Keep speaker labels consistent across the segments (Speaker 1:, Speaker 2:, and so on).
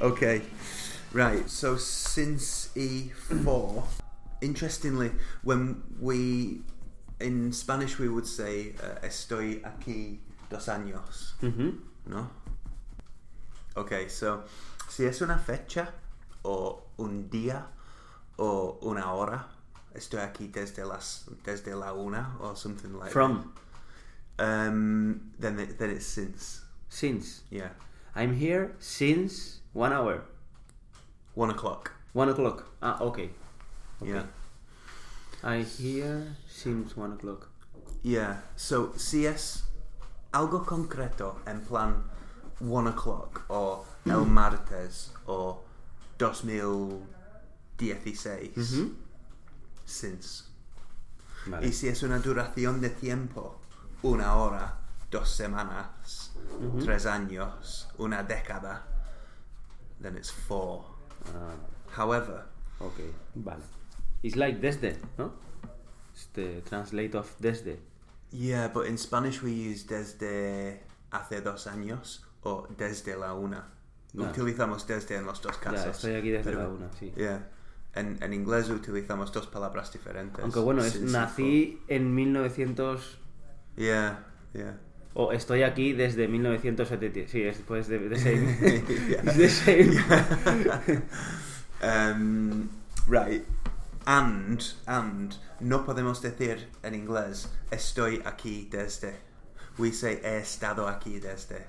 Speaker 1: Okay, right. So since E4, interestingly, when we in Spanish we would say uh, "Estoy aquí dos años," no? Okay, so si es una fecha o un día o una hora, estoy aquí desde las desde la una or something like
Speaker 2: From
Speaker 1: that. Um, then it, then it's since
Speaker 2: since
Speaker 1: yeah
Speaker 2: I'm here since one hour,
Speaker 1: one o'clock
Speaker 2: one o'clock. Ah, okay.
Speaker 1: yeah.
Speaker 2: I here since one o'clock.
Speaker 1: Yeah, so si es algo concreto en plan one o'clock or el martes or 2016 since.
Speaker 2: Vale.
Speaker 1: Y si es una duración de tiempo, una hora, dos semanas, tres años, una década, then it's four.
Speaker 2: Ah,
Speaker 1: However,
Speaker 2: okay. Vale. It's like desde, no? It's the translate of desde.
Speaker 1: yeah, but in Spanish we use desde hace dos años or desde la una.
Speaker 2: Yeah.
Speaker 1: Utilizamos desde en los dos
Speaker 2: Ah. Ya,
Speaker 1: casos.
Speaker 2: estoy aquí desde
Speaker 1: pero-
Speaker 2: la una, sí.
Speaker 1: Yeah. En, en inglés utilizamos dos palabras diferentes.
Speaker 2: Aunque bueno, es,
Speaker 1: Since
Speaker 2: nací en 1900
Speaker 1: before. Yeah, yeah.
Speaker 2: o estoy aquí desde 1970. Sí, es pues de, de same.
Speaker 1: Yeah.
Speaker 2: It's the same.
Speaker 1: Um, right. And, and, no podemos decir en inglés, estoy aquí desde. We say he estado aquí desde.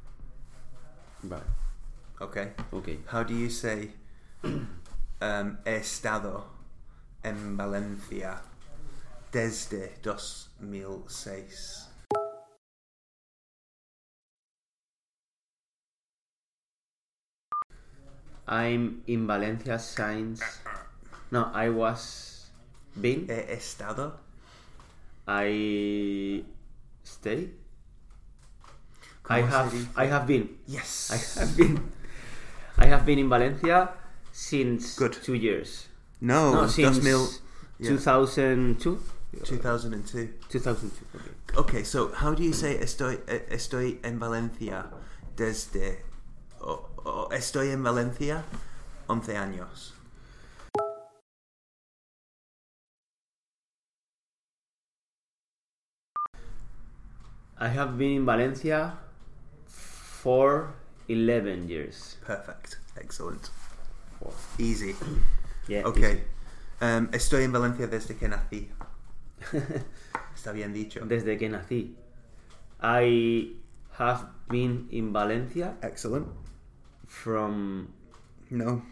Speaker 2: Vale.
Speaker 1: Okay?
Speaker 2: Okay.
Speaker 1: How do you say um, he estado en Valencia desde 2006?
Speaker 2: I'm in Valencia since No, I was been
Speaker 1: He estado
Speaker 2: I stay. I
Speaker 1: ¿Cómo se
Speaker 2: have
Speaker 1: dice?
Speaker 2: I have been.
Speaker 1: Yes.
Speaker 2: I have been. I have been in Valencia since
Speaker 1: Good.
Speaker 2: two years.
Speaker 1: No,
Speaker 2: no, since
Speaker 1: 2000 yeah.
Speaker 2: 2002.
Speaker 1: 2002.
Speaker 2: 2002. Okay.
Speaker 1: Okay, so how do you say estoy, eh, estoy en Valencia desde. O, o estoy en Valencia 11 años?
Speaker 2: I have been in Valencia for 11 years.
Speaker 1: Perfect. Excellent. Easy.
Speaker 2: Yeah.
Speaker 1: Okay. Um, estoy en Valencia desde que nací. Está bien dicho.
Speaker 2: Desde que nací. I have been in Valencia
Speaker 1: Excellent.
Speaker 2: from
Speaker 1: No.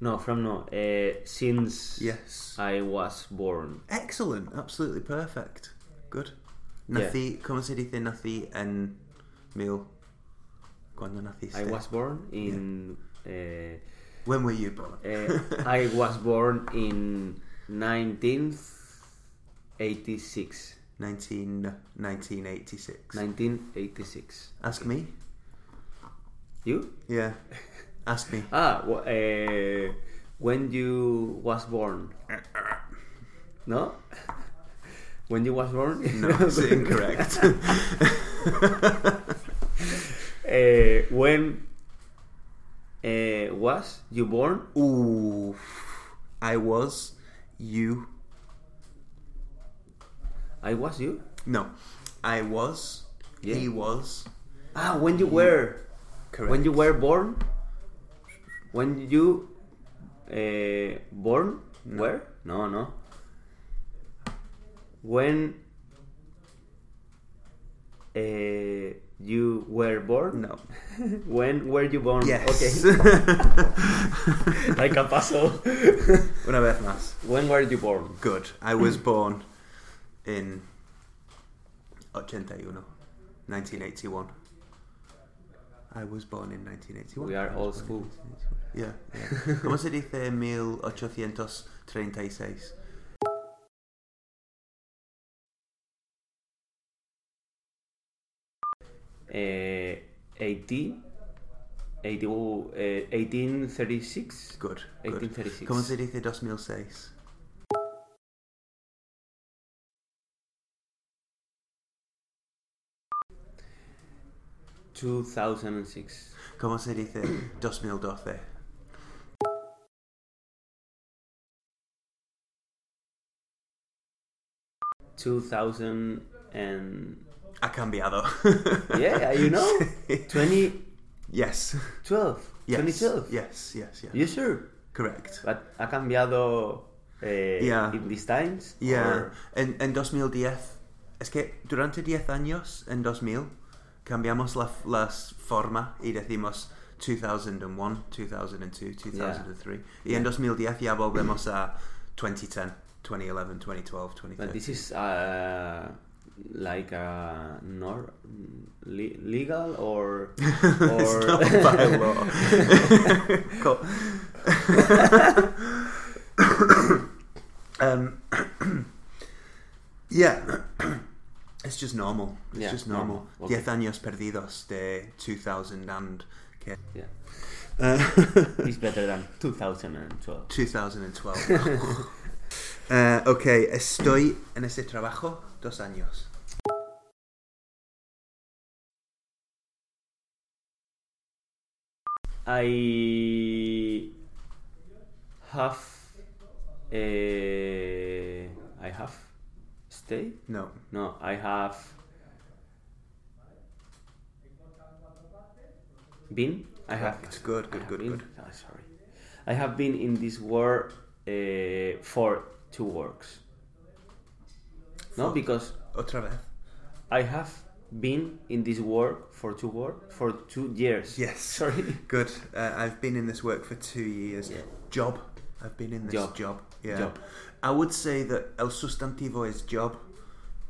Speaker 2: no from no uh, since
Speaker 1: Yes.
Speaker 2: I was born.
Speaker 1: Excellent. Absolutely perfect. Good.
Speaker 2: Yeah.
Speaker 1: Nací. ¿Cómo se dice nací en mil? Cuando naciste.
Speaker 2: I was born in. Uh,
Speaker 1: When were you born?
Speaker 2: uh, I was born in 1986.
Speaker 1: 19, 1986.
Speaker 2: 1986.
Speaker 1: Ask me.
Speaker 2: You?
Speaker 1: Yeah. Ask me.
Speaker 2: Ah, wh- uh, when you was born? No. When you was born?
Speaker 1: No, it's incorrect.
Speaker 2: Uh, when uh, was you born?
Speaker 1: Ooh. I was. You.
Speaker 2: I was you.
Speaker 1: No. I was. He
Speaker 2: Yeah.
Speaker 1: was.
Speaker 2: Ah, when you were.
Speaker 1: Correct.
Speaker 2: When you were born? When you uh, born? Where? No, no. When uh, you were born?
Speaker 1: No.
Speaker 2: When were you born?
Speaker 1: Yes.
Speaker 2: Okay. like a puzzle.
Speaker 1: Una vez más.
Speaker 2: when were you born?
Speaker 1: Good. I was born in 81, 1981. I was born in 1981.
Speaker 2: We are
Speaker 1: I was
Speaker 2: old
Speaker 1: born in
Speaker 2: school.
Speaker 1: 1981. Yeah. ¿Cómo se dice 1836?
Speaker 2: Eh, 18, 80, uh, eh, 1836.
Speaker 1: Good. good.
Speaker 2: 1836.
Speaker 1: ¿Cómo se dice 2006?
Speaker 2: Two thousand and six.
Speaker 1: ¿Cómo se dice 2012?
Speaker 2: 2000 and
Speaker 1: Ha cambiado.
Speaker 2: yeah, you know, 2012.
Speaker 1: yes. Yes.
Speaker 2: 2012.
Speaker 1: Yes, yes, yes.
Speaker 2: You sure?
Speaker 1: Correct.
Speaker 2: But ha cambiado eh,
Speaker 1: Yeah.
Speaker 2: in these times.
Speaker 1: Yeah,
Speaker 2: or-
Speaker 1: en, en 2010, es que durante 10 años, en 2000, cambiamos la, f- las forma y decimos 2001, 2002, 2003. Y en 2010 ya volvemos a 2010, 2011, 2012, 2013.
Speaker 2: But this is uh, like a nor le- legal or or
Speaker 1: It's not by law. Cool. um, yeah, it's just normal. It's
Speaker 2: Yeah,
Speaker 1: just normal.
Speaker 2: normal.
Speaker 1: Diez años perdidos de 2000 and okay.
Speaker 2: yeah,
Speaker 1: uh,
Speaker 2: it's better than 2012.
Speaker 1: 2012. uh, okay, estoy en ese trabajo dos años.
Speaker 2: I have eh, I have stay.
Speaker 1: No,
Speaker 2: No, I have been. I have.
Speaker 1: Correct. Good, good,
Speaker 2: I have
Speaker 1: good,
Speaker 2: been-
Speaker 1: good.
Speaker 2: ah, sorry, I have been in this war uh, for two works. No, because
Speaker 1: otra vez.
Speaker 2: I have been in this work for two work for two years.
Speaker 1: Yes.
Speaker 2: Sorry.
Speaker 1: Good. Uh, I've been in this work for two years.
Speaker 2: Yeah.
Speaker 1: Job. I've been in this job.
Speaker 2: Job.
Speaker 1: Yeah.
Speaker 2: Job.
Speaker 1: I would say that el sustantivo es job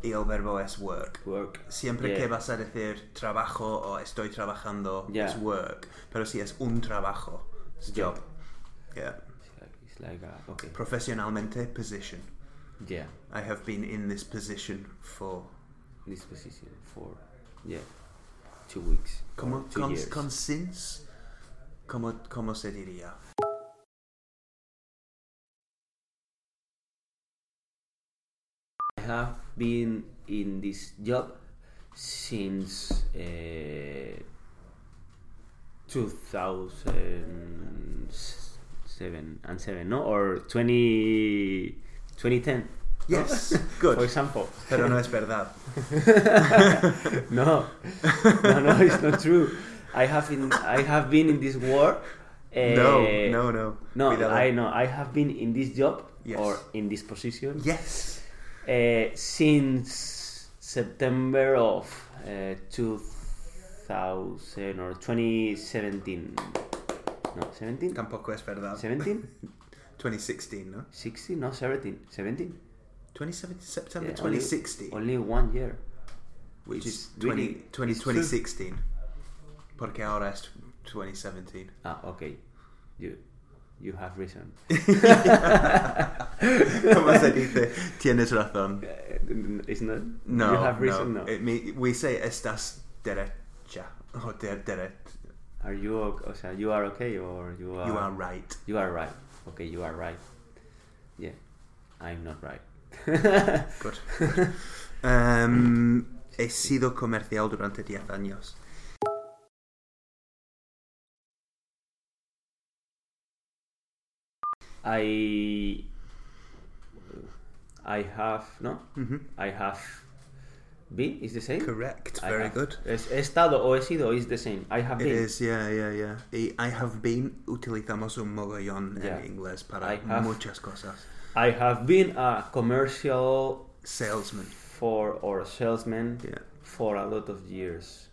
Speaker 1: y el verbo es work.
Speaker 2: Work.
Speaker 1: Siempre
Speaker 2: Yeah.
Speaker 1: que vas a decir trabajo o estoy trabajando
Speaker 2: Yeah.
Speaker 1: es work, pero si es un trabajo es
Speaker 2: Yeah.
Speaker 1: job. Yeah.
Speaker 2: It's like, it's like a, okay.
Speaker 1: Profesionalmente position.
Speaker 2: Yeah.
Speaker 1: I have been in this position for
Speaker 2: This position for yeah two weeks. or
Speaker 1: como
Speaker 2: two
Speaker 1: con,
Speaker 2: years.
Speaker 1: con since como como se diría.
Speaker 2: I have been in this job since uh, 2007 and 7 no or 20 2010
Speaker 1: Yes.
Speaker 2: for
Speaker 1: Good.
Speaker 2: example
Speaker 1: pero no es verdad.
Speaker 2: no no no it's not true I have in I have been in this war eh,
Speaker 1: No, no, no.
Speaker 2: no
Speaker 1: Cuidado.
Speaker 2: I know I have been in this job
Speaker 1: Yes.
Speaker 2: or in this position
Speaker 1: Yes.
Speaker 2: Uh, since September of uh, 2000 or 2017. No, 17?
Speaker 1: Tampoco es verdad.
Speaker 2: 17?
Speaker 1: 2016, no?
Speaker 2: 16? No, 17. 17?
Speaker 1: 27 September
Speaker 2: Yeah,
Speaker 1: 2016.
Speaker 2: Only, only one year.
Speaker 1: which
Speaker 2: is
Speaker 1: is 20,
Speaker 2: really-
Speaker 1: 20
Speaker 2: it's true.
Speaker 1: 2016. Porque ahora es 2017.
Speaker 2: Ah, okay. You, you have reason. Eh,
Speaker 1: ¿Cómo se dice? Tienes razón.
Speaker 2: Uh, it's not?
Speaker 1: No.
Speaker 2: You have reason? No.
Speaker 1: no. It me- we say estás derecha. Oh, de- dere-
Speaker 2: Are you, o o sea, you are okay or you are...
Speaker 1: you are right.
Speaker 2: You are right. Okay, you are right. Yeah. I'm not right.
Speaker 1: Good. good. Um, he sido comercial durante 10 años.
Speaker 2: I I have no
Speaker 1: Mhm.
Speaker 2: I have been is the same.
Speaker 1: Correct.
Speaker 2: I
Speaker 1: Very
Speaker 2: have-
Speaker 1: good.
Speaker 2: Es- he estado o he sido is the same. I have
Speaker 1: It
Speaker 2: been.
Speaker 1: is, yeah, yeah, yeah. Y I have been utilizamos un mogollón
Speaker 2: Yeah.
Speaker 1: en inglés para
Speaker 2: I have-
Speaker 1: muchas cosas.
Speaker 2: I have been a commercial
Speaker 1: Salesman.
Speaker 2: for or salesman
Speaker 1: Yeah.
Speaker 2: for a lot of years.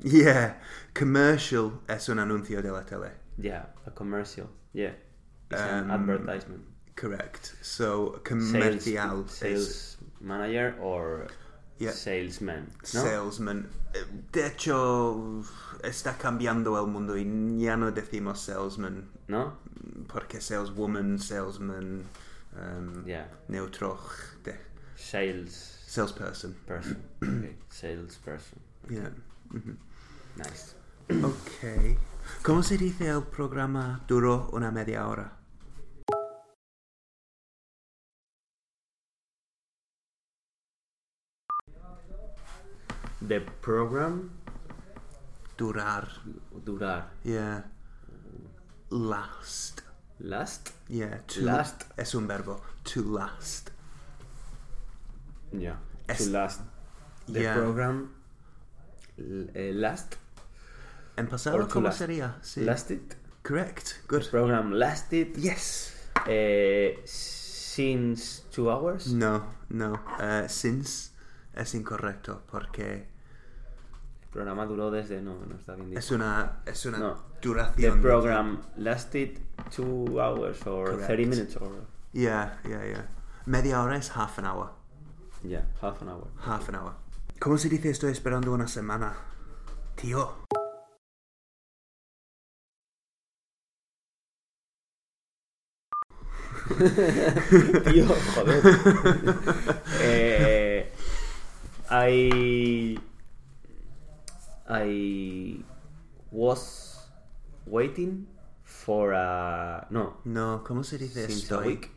Speaker 1: Yeah. Commercial es un anuncio de la tele.
Speaker 2: Yeah, a commercial. Yeah. It's an
Speaker 1: Um,
Speaker 2: advertisement.
Speaker 1: Correct. So
Speaker 2: Sales,
Speaker 1: comercial
Speaker 2: sales
Speaker 1: is
Speaker 2: manager or
Speaker 1: Yeah.
Speaker 2: salesman. ¿no?
Speaker 1: Salesman. Eh, De hecho, está cambiando el mundo y ya no decimos salesman,
Speaker 2: ¿No?
Speaker 1: porque saleswoman, salesman, um,
Speaker 2: Yeah.
Speaker 1: neutro, de,
Speaker 2: Sales
Speaker 1: salesperson.
Speaker 2: person. Okay. Sales person.
Speaker 1: Yeah.
Speaker 2: Nice.
Speaker 1: Ok. ¿Cómo se dice el programa duró una media hora?
Speaker 2: The program
Speaker 1: Durar.
Speaker 2: durar.
Speaker 1: Yeah. Last.
Speaker 2: Last.
Speaker 1: Yeah. To
Speaker 2: Last.
Speaker 1: Es un verbo. To last.
Speaker 2: Yeah.
Speaker 1: Es-
Speaker 2: To last. The
Speaker 1: Yeah.
Speaker 2: program l- eh, last.
Speaker 1: En
Speaker 2: Or
Speaker 1: pasado,
Speaker 2: to
Speaker 1: ¿cómo
Speaker 2: last.
Speaker 1: sería? Sí.
Speaker 2: Lasted.
Speaker 1: Correct. Good.
Speaker 2: Program lasted
Speaker 1: Yes.
Speaker 2: eh, since two hours.
Speaker 1: No, no. Eh, since es incorrecto porque
Speaker 2: El programa duró desde no, no está bien dicho.
Speaker 1: es una, es una
Speaker 2: No. The
Speaker 1: duración. de-
Speaker 2: program lasted two hours or
Speaker 1: Correct.
Speaker 2: 30 minutes or
Speaker 1: Yeah, yeah, yeah. Media hora es half an hour.
Speaker 2: yeah, half an hour.
Speaker 1: Half an hour. ¿Cómo se dice estoy esperando una semana? Tío.
Speaker 2: Tío, joder. Eh, I I was waiting for a no,
Speaker 1: No, ¿cómo se dice
Speaker 2: Since a
Speaker 1: estoy?
Speaker 2: week.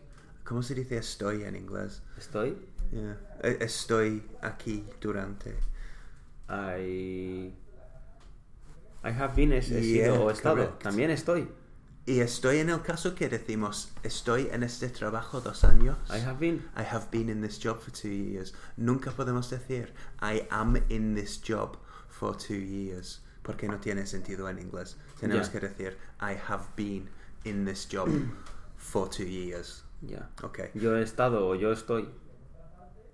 Speaker 1: ¿Cómo se dice estoy en inglés?
Speaker 2: estoy
Speaker 1: Yeah. Eh, Estoy aquí durante.
Speaker 2: I I have been es, he
Speaker 1: Yeah,
Speaker 2: sido o estado.
Speaker 1: correct.
Speaker 2: También estoy.
Speaker 1: Y estoy en el caso que decimos estoy en este trabajo dos años.
Speaker 2: I have been.
Speaker 1: I have been in this job for two years. Nunca podemos decir I am in this job for two years. Porque no tiene sentido en inglés. Tenemos
Speaker 2: Ya.
Speaker 1: que decir I have been in this job for two years.
Speaker 2: Yeah.
Speaker 1: Ok.
Speaker 2: Yo he estado o yo estoy.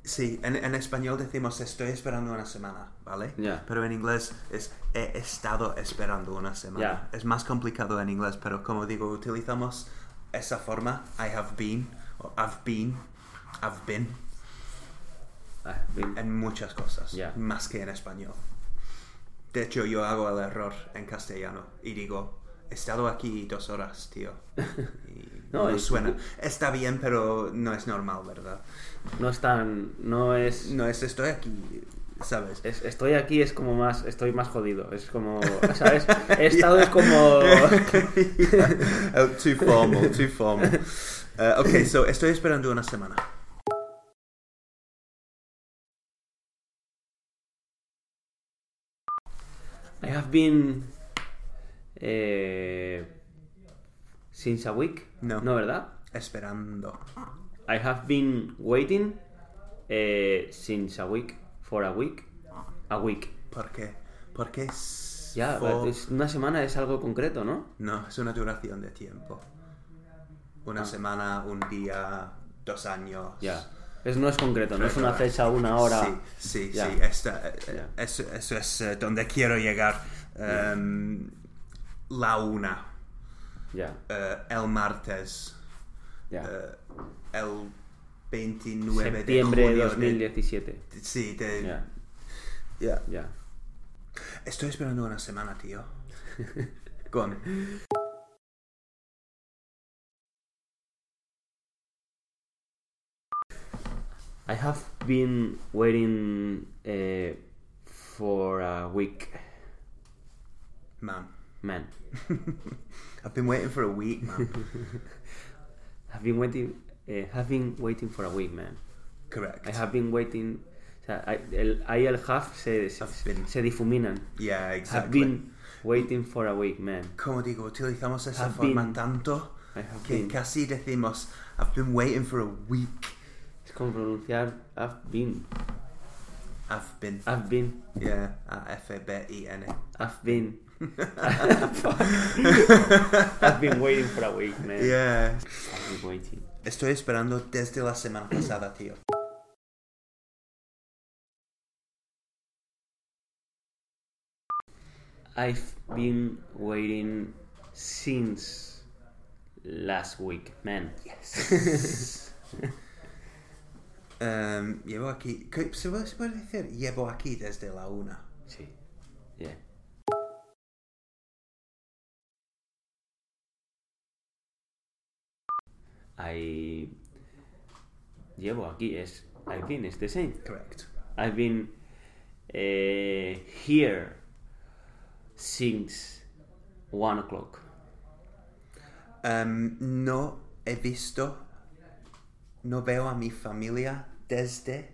Speaker 1: Sí, en, en español decimos estoy esperando una semana, ¿vale?
Speaker 2: Ya.
Speaker 1: Pero en inglés es he estado esperando una semana. Es más complicado en inglés, pero como digo, utilizamos esa forma I have been, o I've been, I've been.
Speaker 2: I have been.
Speaker 1: en muchas cosas,
Speaker 2: Ya.
Speaker 1: más que en español. De hecho, yo hago el error en castellano y digo, he estado aquí dos horas, tío. Y
Speaker 2: No,
Speaker 1: no
Speaker 2: es-
Speaker 1: suena. Está bien, pero no es normal, ¿verdad?
Speaker 2: No es tan. No es.
Speaker 1: No es, estoy aquí, ¿sabes?
Speaker 2: es- estoy aquí es como más. Estoy más jodido. Es como. ¿Sabes? He estado es como.
Speaker 1: Oh, too formal, too formal. Eh, ok, so estoy esperando una semana.
Speaker 2: I have been. Eh, since a week.
Speaker 1: No.
Speaker 2: No, ¿verdad?
Speaker 1: Esperando.
Speaker 2: I have been waiting. Eh, since a week. For a week. A week.
Speaker 1: ¿Por qué? Porque es...
Speaker 2: Ya,
Speaker 1: for-
Speaker 2: es- una semana es algo concreto, ¿no?
Speaker 1: No, es una duración de tiempo. Una semana, un día, dos años.
Speaker 2: Ah. Ya. Es, no es concreto, no es una fecha, una hora.
Speaker 1: Sí, sí,
Speaker 2: Ya.
Speaker 1: sí. esta- eh,
Speaker 2: Ya.
Speaker 1: eso, eso es eh, donde quiero llegar. Em, La una,
Speaker 2: Ya,
Speaker 1: eh, el martes,
Speaker 2: ya.
Speaker 1: eh, el 29
Speaker 2: Septiembre
Speaker 1: Eh, de
Speaker 2: de
Speaker 1: junio.
Speaker 2: 2017.
Speaker 1: de- sí, de-
Speaker 2: Ya,
Speaker 1: ya.
Speaker 2: ya.
Speaker 1: Estoy esperando una semana, tío. Con.
Speaker 2: I have been waiting eh, for a week,
Speaker 1: Man.
Speaker 2: man.
Speaker 1: I've been waiting for a week, man.
Speaker 2: Have been waiting, eh, have been waiting for a week, man.
Speaker 1: Correct.
Speaker 2: I have been waiting. O sea, I- el I el have se, se,
Speaker 1: Have been.
Speaker 2: se difuminan.
Speaker 1: Yeah,
Speaker 2: Have
Speaker 1: exactly.
Speaker 2: been waiting for a week, man.
Speaker 1: como digo, utilizamos esa
Speaker 2: Have
Speaker 1: forma
Speaker 2: been.
Speaker 1: tanto
Speaker 2: I have
Speaker 1: que
Speaker 2: been.
Speaker 1: casi decimos, I've been waiting for a week.
Speaker 2: Es como pronunciar have been,
Speaker 1: I've been.
Speaker 2: have been,
Speaker 1: Yeah, A-F-A-B-E-N-E.
Speaker 2: have been. I've been waiting for a week, man.
Speaker 1: Yeah.
Speaker 2: I've been waiting.
Speaker 1: Estoy esperando desde la semana pasada, tío.
Speaker 2: I've been waiting since last week, man.
Speaker 1: Yes. Um, llevo aquí. ¿qué- ¿Se puede, se puede decir? Llevo aquí desde la una.
Speaker 2: Sí. Yeah. I llevo aquí es I've been it's the same.
Speaker 1: Correct.
Speaker 2: I've been eh, here since one o'clock.
Speaker 1: Um, no he visto. No veo a mi familia desde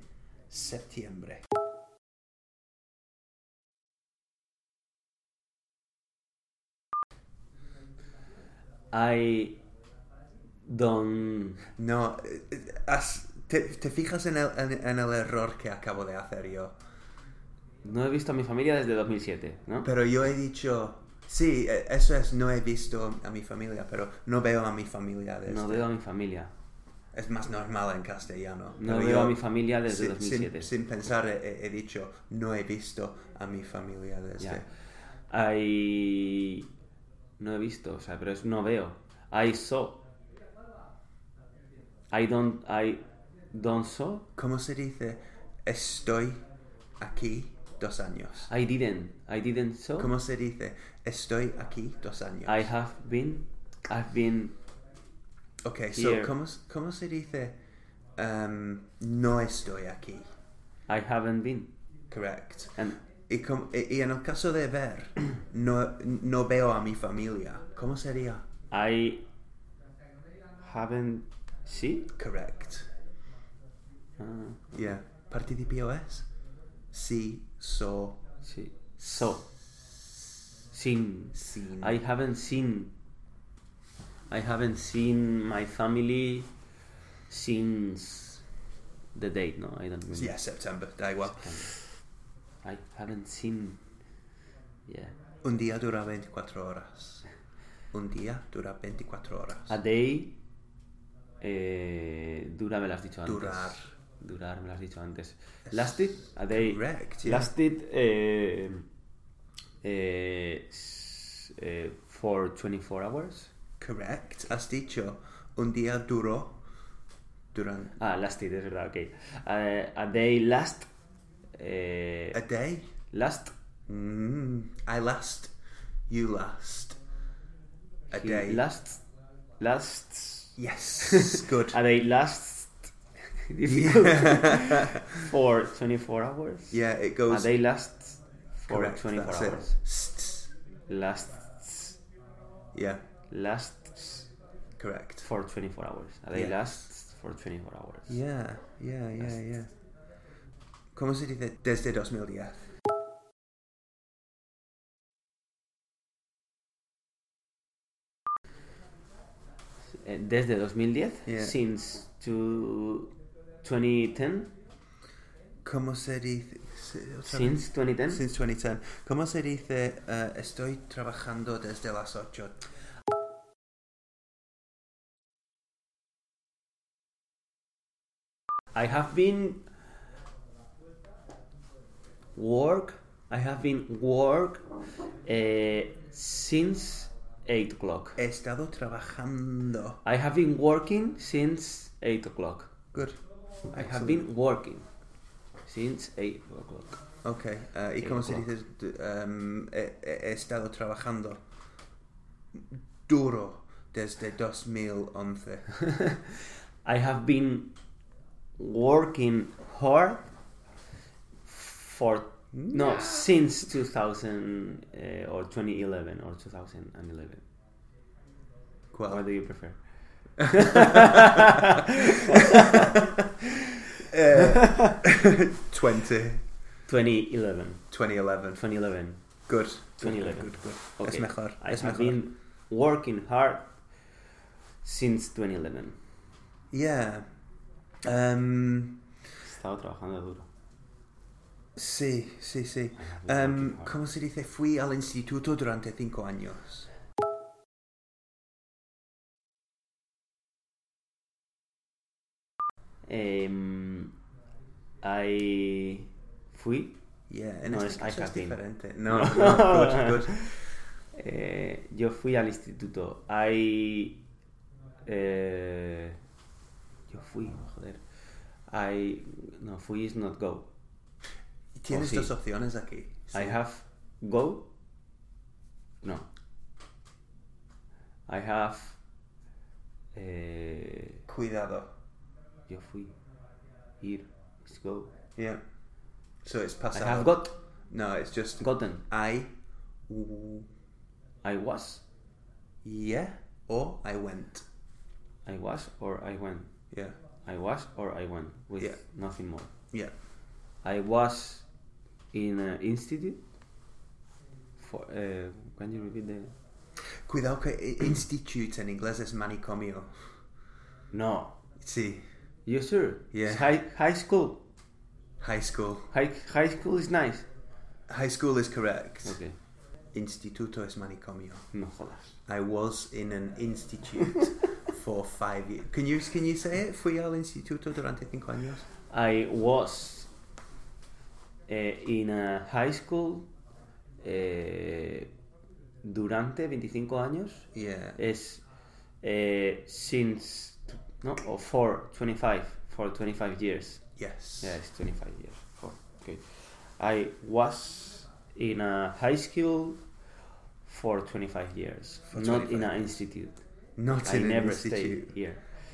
Speaker 1: septiembre.
Speaker 2: I don't
Speaker 1: No, eh, eh, has- te, te fijas en el, en- en el error que acabo de hacer yo.
Speaker 2: no he visto a mi familia desde 2007, ¿no?
Speaker 1: Pero yo he dicho, sí, eh, eso es, no he visto a mi familia, pero no veo a mi familia desde...
Speaker 2: No veo a mi familia.
Speaker 1: Es más normal en castellano.
Speaker 2: No
Speaker 1: pero
Speaker 2: veo
Speaker 1: yo,
Speaker 2: a mi familia desde
Speaker 1: sin-
Speaker 2: 2007.
Speaker 1: Sin, sin pensar he, he dicho, no he visto a mi familia desde...
Speaker 2: Ya. I- No he visto, o sea, pero es no veo. I saw. I don't. I don't saw.
Speaker 1: ¿Cómo se dice? Estoy aquí dos años.
Speaker 2: I didn't. I didn't saw.
Speaker 1: ¿Cómo se dice? Estoy aquí dos años.
Speaker 2: I have been. I've been.
Speaker 1: Ok, so,
Speaker 2: Here.
Speaker 1: ¿cómo, s- cómo se dice? em, no estoy aquí.
Speaker 2: I haven't been.
Speaker 1: Correct.
Speaker 2: And
Speaker 1: Y, com- y- y en el caso de ver, no, no veo a mi familia. ¿Cómo sería?
Speaker 2: I haven't see.
Speaker 1: Correct.
Speaker 2: Ah,
Speaker 1: Yeah. Participio es? Sí, so,
Speaker 2: sí. Saw. Seen.
Speaker 1: sin.
Speaker 2: I haven't seen. I haven't seen my family since the date. No, I don't remember.
Speaker 1: Yeah, September, da igual.
Speaker 2: I haven't seen. Yeah,
Speaker 1: Un día dura 24 horas. Un día dura 24 horas.
Speaker 2: a day. Eh, dura me lo has dicho antes.
Speaker 1: Durar.
Speaker 2: Durar me lo has dicho antes. Lasted a day.
Speaker 1: correct, yeah.
Speaker 2: Lasted eh, eh, s- eh, for 24 hours.
Speaker 1: Correct. Has dicho, un día duró durante...
Speaker 2: Ah, lasted, es verdad, ok. Eh, a day last. eh,
Speaker 1: A day?
Speaker 2: last.
Speaker 1: Mm, I last. You last. A
Speaker 2: he
Speaker 1: day.
Speaker 2: Last. Lasts.
Speaker 1: Yes. Good.
Speaker 2: A day lasts. difficult.
Speaker 1: yeah.
Speaker 2: For 24 hours?
Speaker 1: Yeah, it
Speaker 2: A
Speaker 1: goes.
Speaker 2: day lasts for
Speaker 1: correct,
Speaker 2: 24
Speaker 1: that's it.
Speaker 2: hours.
Speaker 1: Sts.
Speaker 2: Lasts.
Speaker 1: Yeah,
Speaker 2: Lasts
Speaker 1: correct.
Speaker 2: for 24 hours. A day
Speaker 1: Yes.
Speaker 2: lasts for 24 hours.
Speaker 1: Yeah, yeah, yeah, yeah. ¿Cómo se dice desde 2010?
Speaker 2: Eh, Desde 2010?
Speaker 1: Yeah.
Speaker 2: Since to 2010?
Speaker 1: ¿Cómo se dice? se- otra vez.
Speaker 2: Since 2010?
Speaker 1: Since 2010. ¿Cómo se dice eh, estoy trabajando desde las 8?
Speaker 2: I have been work. I have been work eh, since 8 o'clock.
Speaker 1: He estado trabajando.
Speaker 2: I have been working since 8 o'clock.
Speaker 1: Good.
Speaker 2: I have been working since 8 o'clock.
Speaker 1: Ok, eh, ¿y
Speaker 2: Eight
Speaker 1: cómo se
Speaker 2: o'clock.
Speaker 1: dice? d- em, he, he- he estado trabajando duro desde 2011.
Speaker 2: I have been working hard for no since 2000 uh, or 2011 or 2011.
Speaker 1: ¿Cuál?
Speaker 2: What do you prefer?
Speaker 1: Uh, 20,
Speaker 2: 2011.
Speaker 1: 2011.
Speaker 2: 2011.
Speaker 1: Good.
Speaker 2: 2011.
Speaker 1: Good, good.
Speaker 2: Okay.
Speaker 1: Es mejor.
Speaker 2: I
Speaker 1: es
Speaker 2: have
Speaker 1: mejor.
Speaker 2: been working hard since 2011.
Speaker 1: Yeah. Um,
Speaker 2: Estaba trabajando duro.
Speaker 1: sí, sí, sí.
Speaker 2: I have been
Speaker 1: Um,
Speaker 2: working hard.
Speaker 1: ¿Cómo se dice? Fui al instituto durante cinco años.
Speaker 2: Um, I fui.
Speaker 1: Yeah, en
Speaker 2: No,
Speaker 1: este
Speaker 2: es I
Speaker 1: caso
Speaker 2: have
Speaker 1: es
Speaker 2: been.
Speaker 1: diferente. No, no, good, good.
Speaker 2: Eh, yo fui al instituto. I. eh, yo fui, joder. I no fui is not go.
Speaker 1: Tienes
Speaker 2: Oh, sí.
Speaker 1: dos opciones aquí.
Speaker 2: I
Speaker 1: Sí.
Speaker 2: have go. No. I have. Eh,
Speaker 1: Cuidado.
Speaker 2: yo fui. Ir. It's go.
Speaker 1: Yeah. So it's
Speaker 2: I
Speaker 1: pasado.
Speaker 2: have got.
Speaker 1: No, it's just
Speaker 2: Gotten.
Speaker 1: I. w-
Speaker 2: I was.
Speaker 1: Yeah. Or I went.
Speaker 2: I was or I went.
Speaker 1: Yeah.
Speaker 2: I was or I went with
Speaker 1: Yeah.
Speaker 2: nothing more.
Speaker 1: Yeah.
Speaker 2: I was in an institute. For uh, can you repeat the?
Speaker 1: Cuidado que i- institute en inglés es manicomio.
Speaker 2: No,
Speaker 1: Sí.
Speaker 2: you sure?
Speaker 1: Yeah.
Speaker 2: It's high high school.
Speaker 1: High school.
Speaker 2: High high school is nice.
Speaker 1: High school is correct.
Speaker 2: Okay.
Speaker 1: Instituto es manicomio.
Speaker 2: No jodas.
Speaker 1: I was in an institute for five years. Can you can you say it? Fui al instituto durante cinco años.
Speaker 2: I was uh, in a high school eh, durante 25 años.
Speaker 1: Yeah.
Speaker 2: is uh, since no oh, or for 25 for 25 years
Speaker 1: Yes.
Speaker 2: yeah it's 25 years for okay i was in a high school for 25 years
Speaker 1: For
Speaker 2: not in
Speaker 1: 25
Speaker 2: an institute
Speaker 1: Not
Speaker 2: i
Speaker 1: in an
Speaker 2: never
Speaker 1: institute.
Speaker 2: stayed here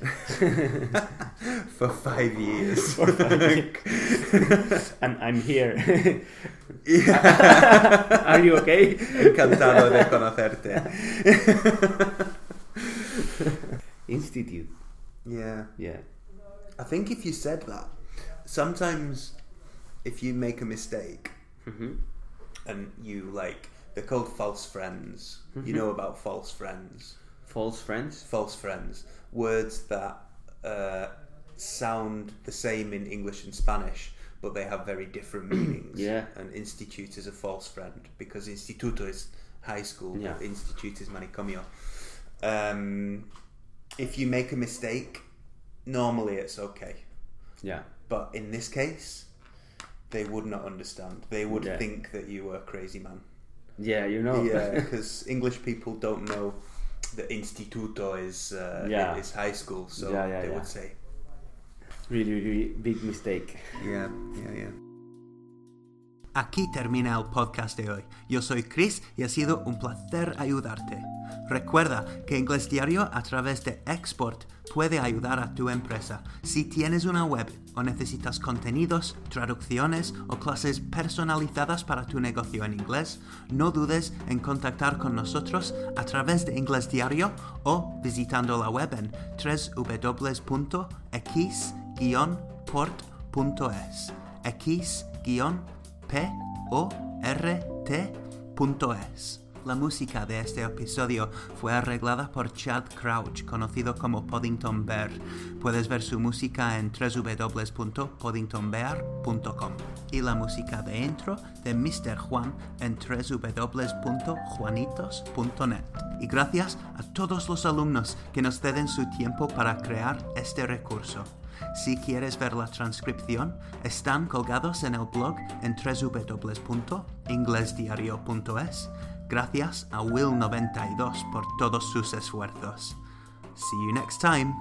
Speaker 1: for five years.
Speaker 2: For five years. and i'm here
Speaker 1: Yeah.
Speaker 2: are you okay
Speaker 1: Encantado de conocerte.
Speaker 2: institute
Speaker 1: Yeah.
Speaker 2: yeah
Speaker 1: I think if you said that, sometimes if you make a mistake
Speaker 2: hmm
Speaker 1: Mm-hmm. and you like, they're called false friends.
Speaker 2: Mm-hmm.
Speaker 1: You know about false friends.
Speaker 2: false friends
Speaker 1: False friends. Words that uh, sound the same in English and Spanish, but they have very different meanings.
Speaker 2: Yeah.
Speaker 1: And institute is a false friend because instituto is high school,
Speaker 2: Yeah.
Speaker 1: but institute is manicomio. Um, if you make a mistake, normally it's okay.
Speaker 2: yeah
Speaker 1: But in this case, they would not understand. They would
Speaker 2: Yeah.
Speaker 1: think that you were a crazy man.
Speaker 2: yeah you
Speaker 1: Yeah,
Speaker 2: know
Speaker 1: 'cause Yeah, because English people don't know that instituto is uh,
Speaker 2: Yeah.
Speaker 1: is high school, so
Speaker 2: Yeah, yeah,
Speaker 1: they
Speaker 2: yeah.
Speaker 1: would say,
Speaker 2: really really big mistake
Speaker 1: yeah, yeah, yeah. Aquí termina el podcast de hoy. Yo soy Chris y ha sido un placer ayudarte. Recuerda que Inglés Diario a través de Export puede ayudar a tu empresa. Si tienes una web o necesitas contenidos, traducciones o clases personalizadas para tu negocio en inglés, no dudes en contactar con nosotros a través de Inglés Diario o visitando la web en www.x-port.es. X-P-O-R-T .es. La música de este episodio fue arreglada por Chad Crouch, conocido como Poddington Bear. Puedes ver su música en www.poddingtonbear.com y la música de intro de Mr. Juan en www.juanitos.net. Y gracias a todos los alumnos que nos ceden su tiempo para crear este recurso. Si quieres ver la transcripción, están colgados en el blog en www.inglesdiario.es. Gracias a Will92 por todos sus esfuerzos. See you next time.